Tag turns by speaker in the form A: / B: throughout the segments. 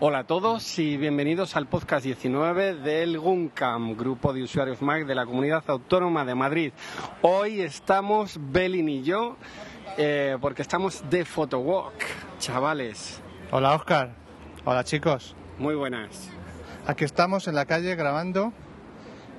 A: Hola a todos y bienvenidos al podcast 19 del GUNCAM, Grupo de Usuarios Mac de la Comunidad Autónoma de Madrid. Hoy estamos Belin y yo eh, porque estamos de Photowalk, chavales.
B: Hola Oscar, hola chicos.
A: Muy buenas.
B: Aquí estamos en la calle grabando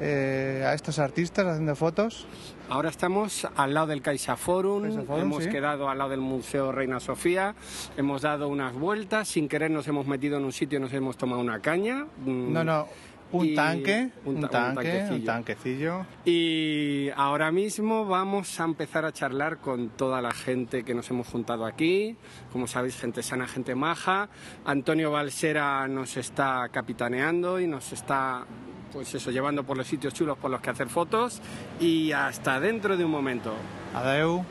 B: eh, a estos artistas haciendo fotos.
A: Ahora estamos al lado del Caixa Forum,
B: Caixa Forum,
A: hemos
B: sí.
A: quedado al lado del Museo Reina Sofía, hemos dado unas vueltas, sin querer nos hemos metido en un sitio y nos hemos tomado una caña. Mm,
B: No, no, un
A: Y
B: tanque,
A: un
B: un,
A: ta- un
B: tanque,
A: tanquecillo.
B: un tanquecillo.
A: Y ahora mismo vamos a empezar a charlar con toda la gente que nos hemos juntado aquí. Como sabéis, gente sana, gente maja. Antonio Balsera nos está capitaneando y nos está, pues eso, llevando por los sitios chulos por los que hacer fotos. Y hasta dentro de un momento.
B: Adeu.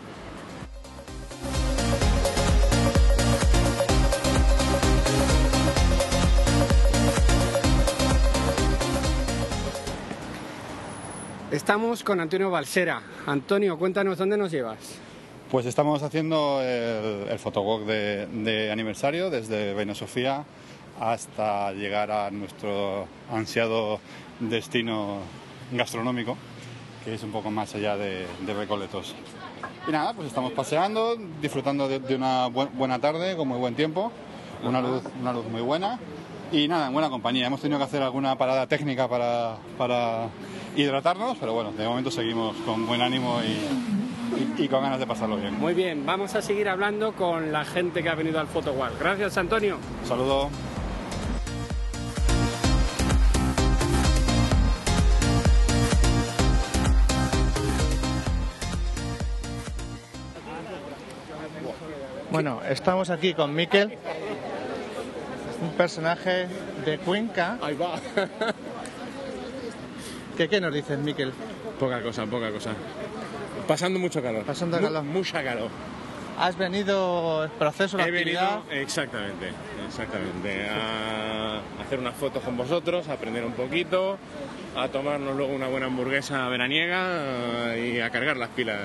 A: Estamos con Antonio Balsera. Antonio, cuéntanos dónde nos llevas.
C: Pues estamos haciendo el, el photowalk de, de aniversario desde Reina Sofía hasta llegar a nuestro ansiado destino gastronómico, que es un poco más allá de, de Recoletos. Y nada, pues estamos paseando, disfrutando de, de una bu- buena tarde con muy buen tiempo, una luz, una luz muy buena y nada, en buena compañía. Hemos tenido que hacer alguna parada técnica para, para hidratarnos, pero bueno, de momento seguimos con buen ánimo y- y- y con ganas de pasarlo bien.
A: Muy bien, vamos a seguir hablando con la gente que ha venido al Photowall. Gracias, Antonio.
C: Saludos.
B: Bueno, estamos aquí con Miquel, un personaje de Cuenca.
D: Ahí va.
B: ¿Qué, qué nos dices, Miquel?
D: Poca cosa, poca cosa. Pasando mucho calor.
B: Pasando
D: Mu-
B: calor.
D: Mucha calor.
B: ¿Has venido el proceso, la
D: He
B: actividad?
D: venido, exactamente, exactamente, a hacer unas fotos con vosotros, a aprender un poquito, a tomarnos luego una buena hamburguesa veraniega eh, y a cargar las pilas.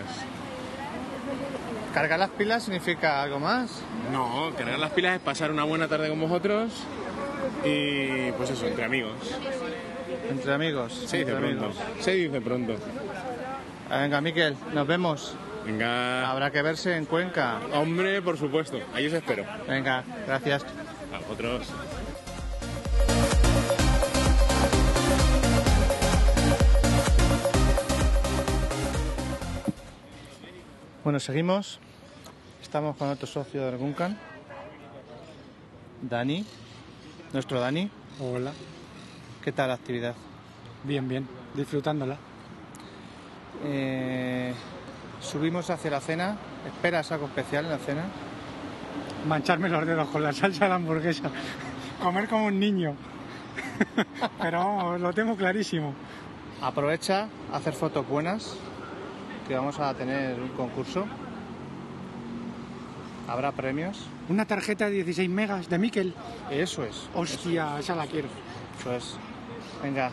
B: ¿Cargar las pilas significa algo más?
D: No, cargar las pilas es pasar una buena tarde con vosotros y pues eso, entre amigos.
B: Entre amigos.
D: Se dice
B: entre
D: pronto. Se dice pronto.
B: Venga, Miquel, nos vemos.
A: Ah.
D: Venga.
B: Habrá que verse en Cuenca.
D: Hombre, por supuesto. Ahí os espero.
B: Venga, gracias.
D: A vosotros.
B: Bueno, seguimos. Estamos con otro socio del Guncan. Dani. Nuestro Dani.
E: Hola,
B: ¿Qué tal la actividad?
E: bien, bien, disfrutándola.
B: Eh, subimos hacia la cena. ¿Esperas algo especial en la cena?
E: Mancharme los dedos con la salsa de la hamburguesa. Comer como un niño. Pero vamos, lo tengo clarísimo.
B: Aprovecha a hacer fotos buenas. Que vamos a tener un concurso. Habrá premios.
E: Una tarjeta de 16 megas de Miquel.
B: Eso es.
E: Hostia, esa la quiero.
B: Eso es. Venga,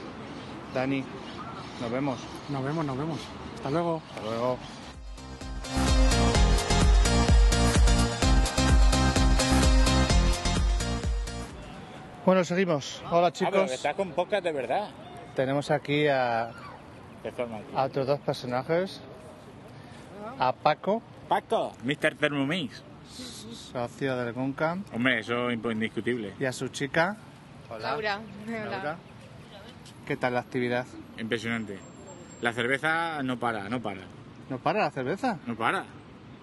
B: Dani. Nos vemos.
E: Nos vemos, nos vemos. Hasta luego.
B: Hasta luego. Bueno, seguimos. Hola
F: Ah, pero que
B: chicos.
F: está con pocas de verdad.
B: Tenemos aquí a,
F: Te forman.
B: a otros dos personajes. A Paco,
F: Paco. Mr. Thermomix.
B: socio del Guncam,
F: Hombre, eso es impo- indiscutible.
B: y a su chica,
G: Laura.
B: Laura. ¿Qué tal la actividad?
F: Impresionante. La cerveza no para, no para,
B: ¿No para la cerveza?
F: no para.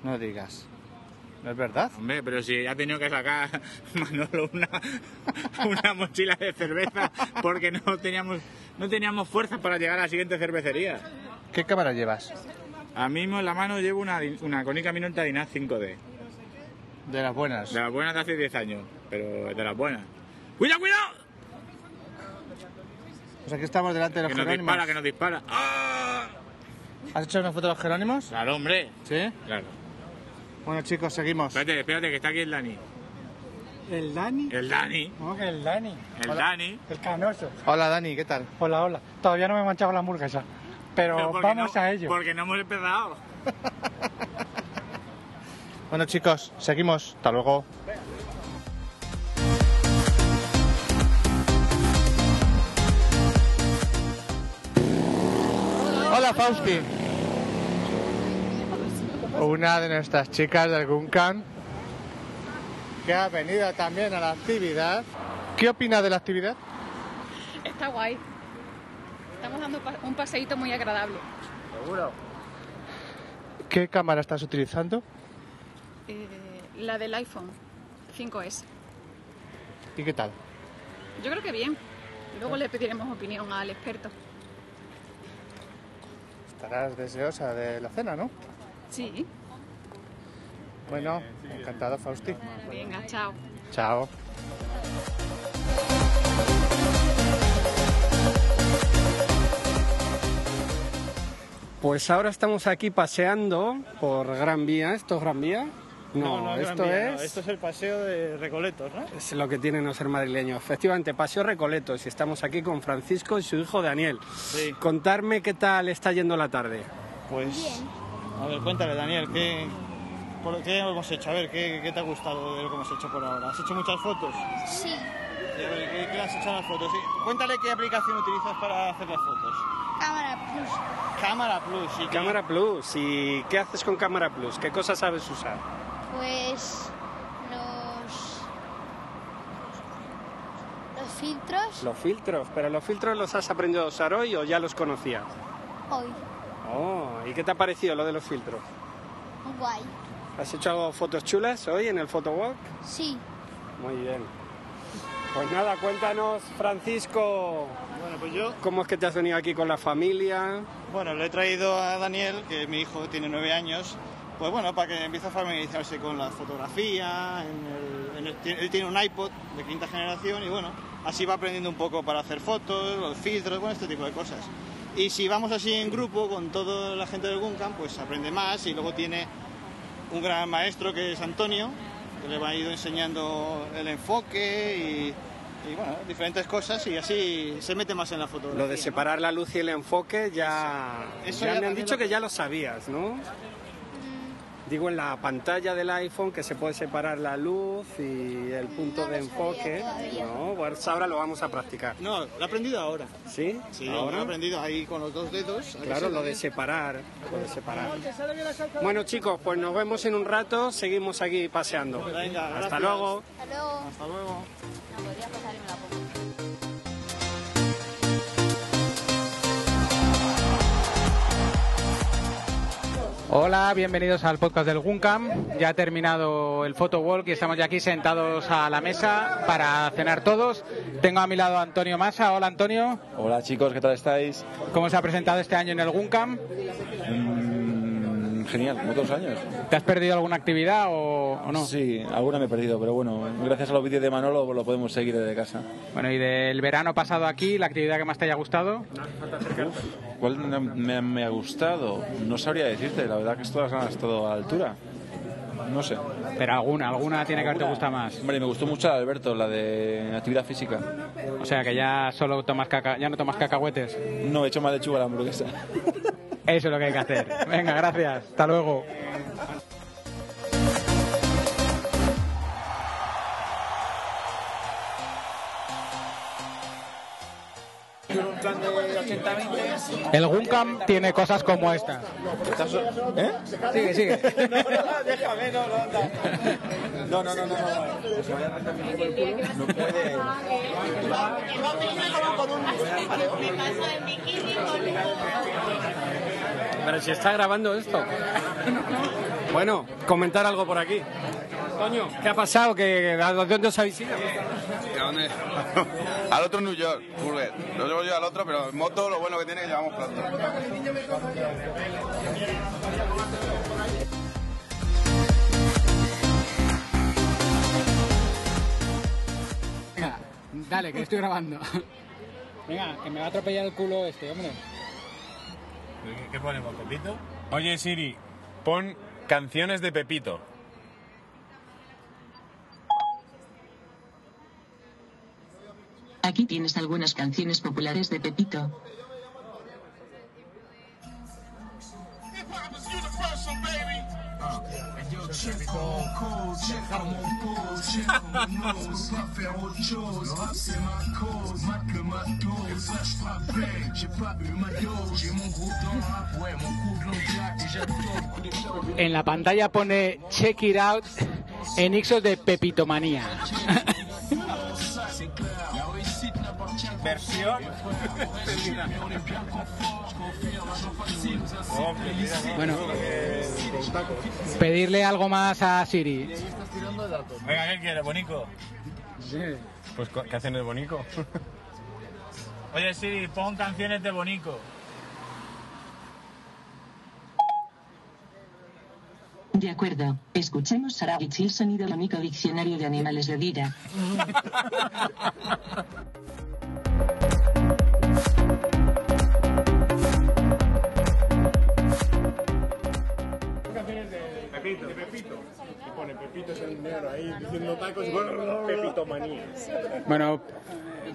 B: No digas. ¿No es verdad?
F: Hombre, pero si ha tenido que sacar Manolo una, una mochila de cerveza porque no teníamos, no teníamos fuerzas para llegar a la siguiente cervecería.
B: ¿Qué cámara llevas?
F: Ahora mismo en la mano llevo una, di- una Konica Minolta Dynaz 5D.
B: De las buenas.
F: De las buenas de hace 10 años, pero de las buenas. ¡Cuidado, cuidado!
B: Pues aquí estamos delante de los
F: Que nos
B: Jerónimos.
F: dispara, que nos dispara. ¡Ah!
B: ¿Has hecho una foto de los Jerónimos?
F: Claro, hombre.
B: Sí.
F: Claro.
B: Bueno chicos, seguimos.
F: Espérate, espérate, que está aquí el Dani.
E: ¿El Dani?
F: El Dani.
E: ¿Cómo que el Dani?
F: El Dani.
E: El canoso.
B: Hola Dani, ¿qué tal?
E: Hola, hola. Todavía no me he manchado la hamburguesa. Pero,
F: porque
E: vamos
F: no-
E: a ello.
F: Porque no hemos empezado.
B: Bueno chicos, seguimos. Hasta luego. la Fausti.
H: Una de nuestras chicas del Guncan que ha venido también a la actividad. ¿Qué opina de la actividad?
I: Está guay. Estamos dando pa- un paseíto muy agradable.
H: ¿Qué cámara estás utilizando?
I: Eh, la del iPhone 5S.
H: ¿Y qué tal?
I: Yo creo que bien. Luego le pediremos opinión al experto.
H: Estarás deseosa de la cena, ¿no?
I: Sí.
H: Bueno,
B: Eh,
H: encantado, Fausti.
I: Venga, chao.
H: Chao.
A: Pues ahora estamos aquí paseando por Gran Vía. ¿Esto es Gran Vía? No, esto es...
B: Esto es el paseo de Recoletos, ¿no?
A: Es lo que tiene no ser madrileño. Efectivamente, Paseo Recoletos y estamos aquí con Francisco y su hijo Daniel.
B: Sí.
A: Contarme qué tal está yendo la tarde.
B: Pues. A ver, cuéntale, Daniel, ¿qué, por, qué hemos hecho? A ver, ¿qué, qué te ha gustado de lo que hemos hecho por ahora? ¿Has hecho muchas fotos?
J: Sí,
B: Sí, a ver, ¿qué, qué has hecho en las fotos? Y cuéntale qué aplicación utilizas para hacer las fotos.
J: cámara plus.
B: Cámara Plus. ¿Y qué-
A: Cámara Plus, ¿y qué haces con Cámara Plus? ¿Qué cosas sabes usar?
J: Pues los los filtros
A: Los filtros, pero los filtros los has aprendido a usar hoy o ya los conocías.
J: hoy.
A: Oh, ¿y qué te ha parecido lo de los filtros?
J: Guay.
A: ¿Has hecho algo- fotos chulas hoy en el Photowalk?
J: Sí.
A: Muy bien. Pues nada, cuéntanos, Francisco,
B: Bueno, pues yo
A: ¿cómo es que te has venido aquí con la familia?
B: Bueno, le he traído a Daniel, que mi hijo tiene nueve años, pues bueno, para que empiece a familiarizarse con la fotografía. en el- en el- ti- él tiene un iPod de quinta generación y bueno, así va aprendiendo un poco para hacer fotos, los filtros, bueno, este tipo de cosas. Y si vamos así en grupo con toda la gente del Guncam, pues aprende más y luego tiene un gran maestro que es Antonio, que le va ido enseñando el enfoque y, y, bueno, diferentes cosas y así se mete más en la fotografía.
A: Lo de
B: ¿no?
A: separar la luz y el enfoque ya,
B: Eso
A: ya
B: ya
A: me han
B: también
A: dicho
B: lo-
A: que ya lo sabías, ¿no? Digo, en la pantalla del iPhone que se puede separar la luz y el punto
J: No
A: de
J: lo sabía
A: enfoque.
J: todavía.
A: No, pues ahora lo vamos a practicar.
B: No, lo he aprendido ahora.
A: ¿Sí?
B: Sí, lo he
A: ahora.
B: aprendido ahí con los dos dedos.
A: Claro, lo de separar, lo de separar. Bueno chicos, pues nos vemos en un rato, seguimos aquí paseando.
B: Venga,
A: Hasta
B: gracias.
A: luego.
J: Hasta luego.
B: Hasta luego.
J: No podría pasar y me la pongo.
E: Hola, bienvenidos al podcast del Guncam. Ya ha terminado el Photowalk y estamos ya aquí sentados a la mesa para cenar todos. Tengo a mi lado a Antonio Massa. Hola, Antonio.
F: Hola chicos, ¿qué tal estáis?
E: ¿Cómo se ha presentado este año en el Guncam?
F: Mm, Genial, como todos los años.
E: ¿Te has perdido alguna actividad o, o no?
F: Sí, alguna me he perdido, pero bueno, gracias a los vídeos de Manolo lo podemos seguir desde casa.
E: Bueno, y del verano pasado aquí, la actividad que más te haya gustado.
F: ¿Cuál me, me ha gustado? No sabría decirte, la verdad que todas han estado a la altura. No sé.
E: Pero alguna, alguna tiene que haberte gustado más.
F: Hombre, me gustó mucho la de Alberto, la de actividad física.
E: O sea que ya solo tomas caca, ya no tomas cacahuetes.
F: No, he hecho más lechuga a la hamburguesa.
E: Eso es lo que hay que hacer. Venga, gracias. Hasta luego. El Guncam tiene cosas como estas.
F: ¿Eh?
E: Sigue, sigue.
F: No, no, no, no.
A: Pero si está grabando esto. Bueno, comentar algo por aquí. Toño, ¿qué ha pasado? ¿Que a dónde os habéis ido?
C: ¿A dónde? al otro New York, Burger. Lo llevo yo al otro, pero en moto lo bueno que tiene es que llevamos pronto.
E: Venga, dale, que estoy grabando. Venga, que me va a atropellar el culo este, hombre.
K: ¿Qué ponemos, Pepito? Oye, Siri, pon canciones de Pepito.
L: Aquí tienes algunas canciones populares de Pepito.
E: En la pantalla pone Check It Out en Ixos de Pepitomanía.
F: Versión.
E: Bueno. Pedirle algo más a Siri.
F: Venga, ¿qué quieres, Bonico?
D: Pues, ¿qué hacen el bonico?
F: Oye, Siri, pon canciones de Bonico.
M: De acuerdo, escuchemos Saravich y el sonido único diccionario de animales de vida.
D: Pepito. De Pepito. pone Pepito es el negro ahí diciendo tacos y Pepito manía.
E: Bueno,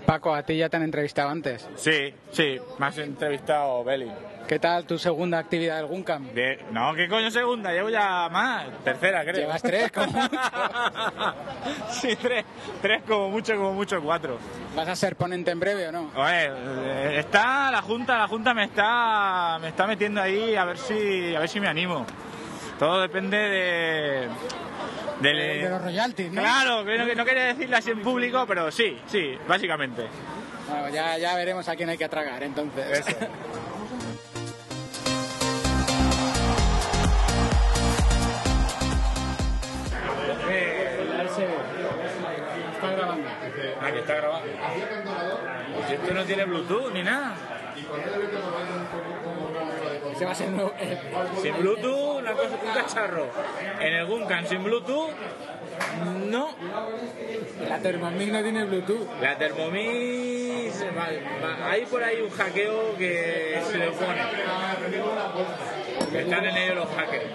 E: Paco, a ti ya te han entrevistado antes.
F: Sí, sí, me has entrevistado, Beli.
E: ¿Qué tal tu segunda actividad del Guncam?
F: Bien. No, ¿qué coño segunda? Llevo ya más. Tercera, creo.
E: Llevas tres, como mucho.
F: sí, tres. Tres como mucho, como mucho, cuatro.
E: ¿Vas a ser ponente en breve o no?
F: Oye, eh, está la Junta, la Junta me está, me está metiendo ahí a ver si, a ver si me animo. Todo depende de... del-
E: De, de los royalties, ¿no?
F: Eh, Claro, que no, que no quería decirlo así en público, pero sí, sí, básicamente.
E: Bueno, ya, ya veremos a quién hay que atragar entonces. Está grabando.
F: Ah, que está grabado. Pues esto no tiene Bluetooth ni nada.
E: Se va a ser nuevo. eh,
F: Sin Bluetooth, una cosa, un cacharro. En el Guncan sin Bluetooth, no.
E: La Thermomix no tiene Bluetooth.
F: La Thermomix, va- va- hay por Ah, ahí un hackeo que se le pone. Están en ello los hackers.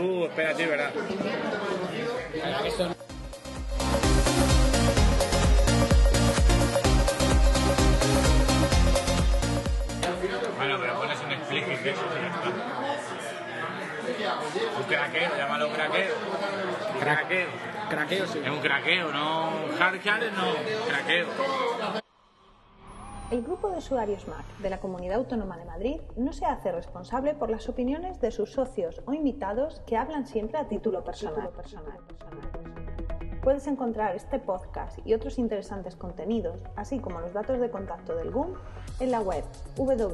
F: Uh, espérate, ¿verdad? Bueno, pero pones un explícito de eso y ya está. Un craqueo, llámalo craqueo. Craqueo.
E: Craqueo, sí.
F: Es un craqueo, no un hard hard, no, un craqueo.
N: El grupo de usuarios MAC de la Comunidad Autónoma de Madrid no se hace responsable por las opiniones de sus socios o invitados que hablan siempre a título personal. Puedes encontrar este podcast y otros interesantes contenidos, así como los datos de contacto del GUM, en la web www.gumcam.org.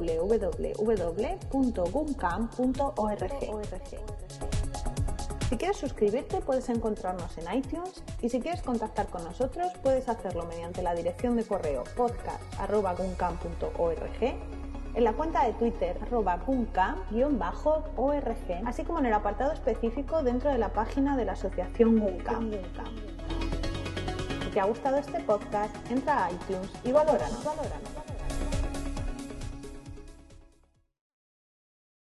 N: Si quieres suscribirte, puedes encontrarnos en iTunes y si quieres contactar con nosotros, puedes hacerlo mediante la dirección de correo podcast.guncam.org, en la cuenta de Twitter guncam-org, así como en el apartado específico dentro de la página de la asociación Guncam. Si te ha gustado este podcast, entra a iTunes y valóranos. valóranos.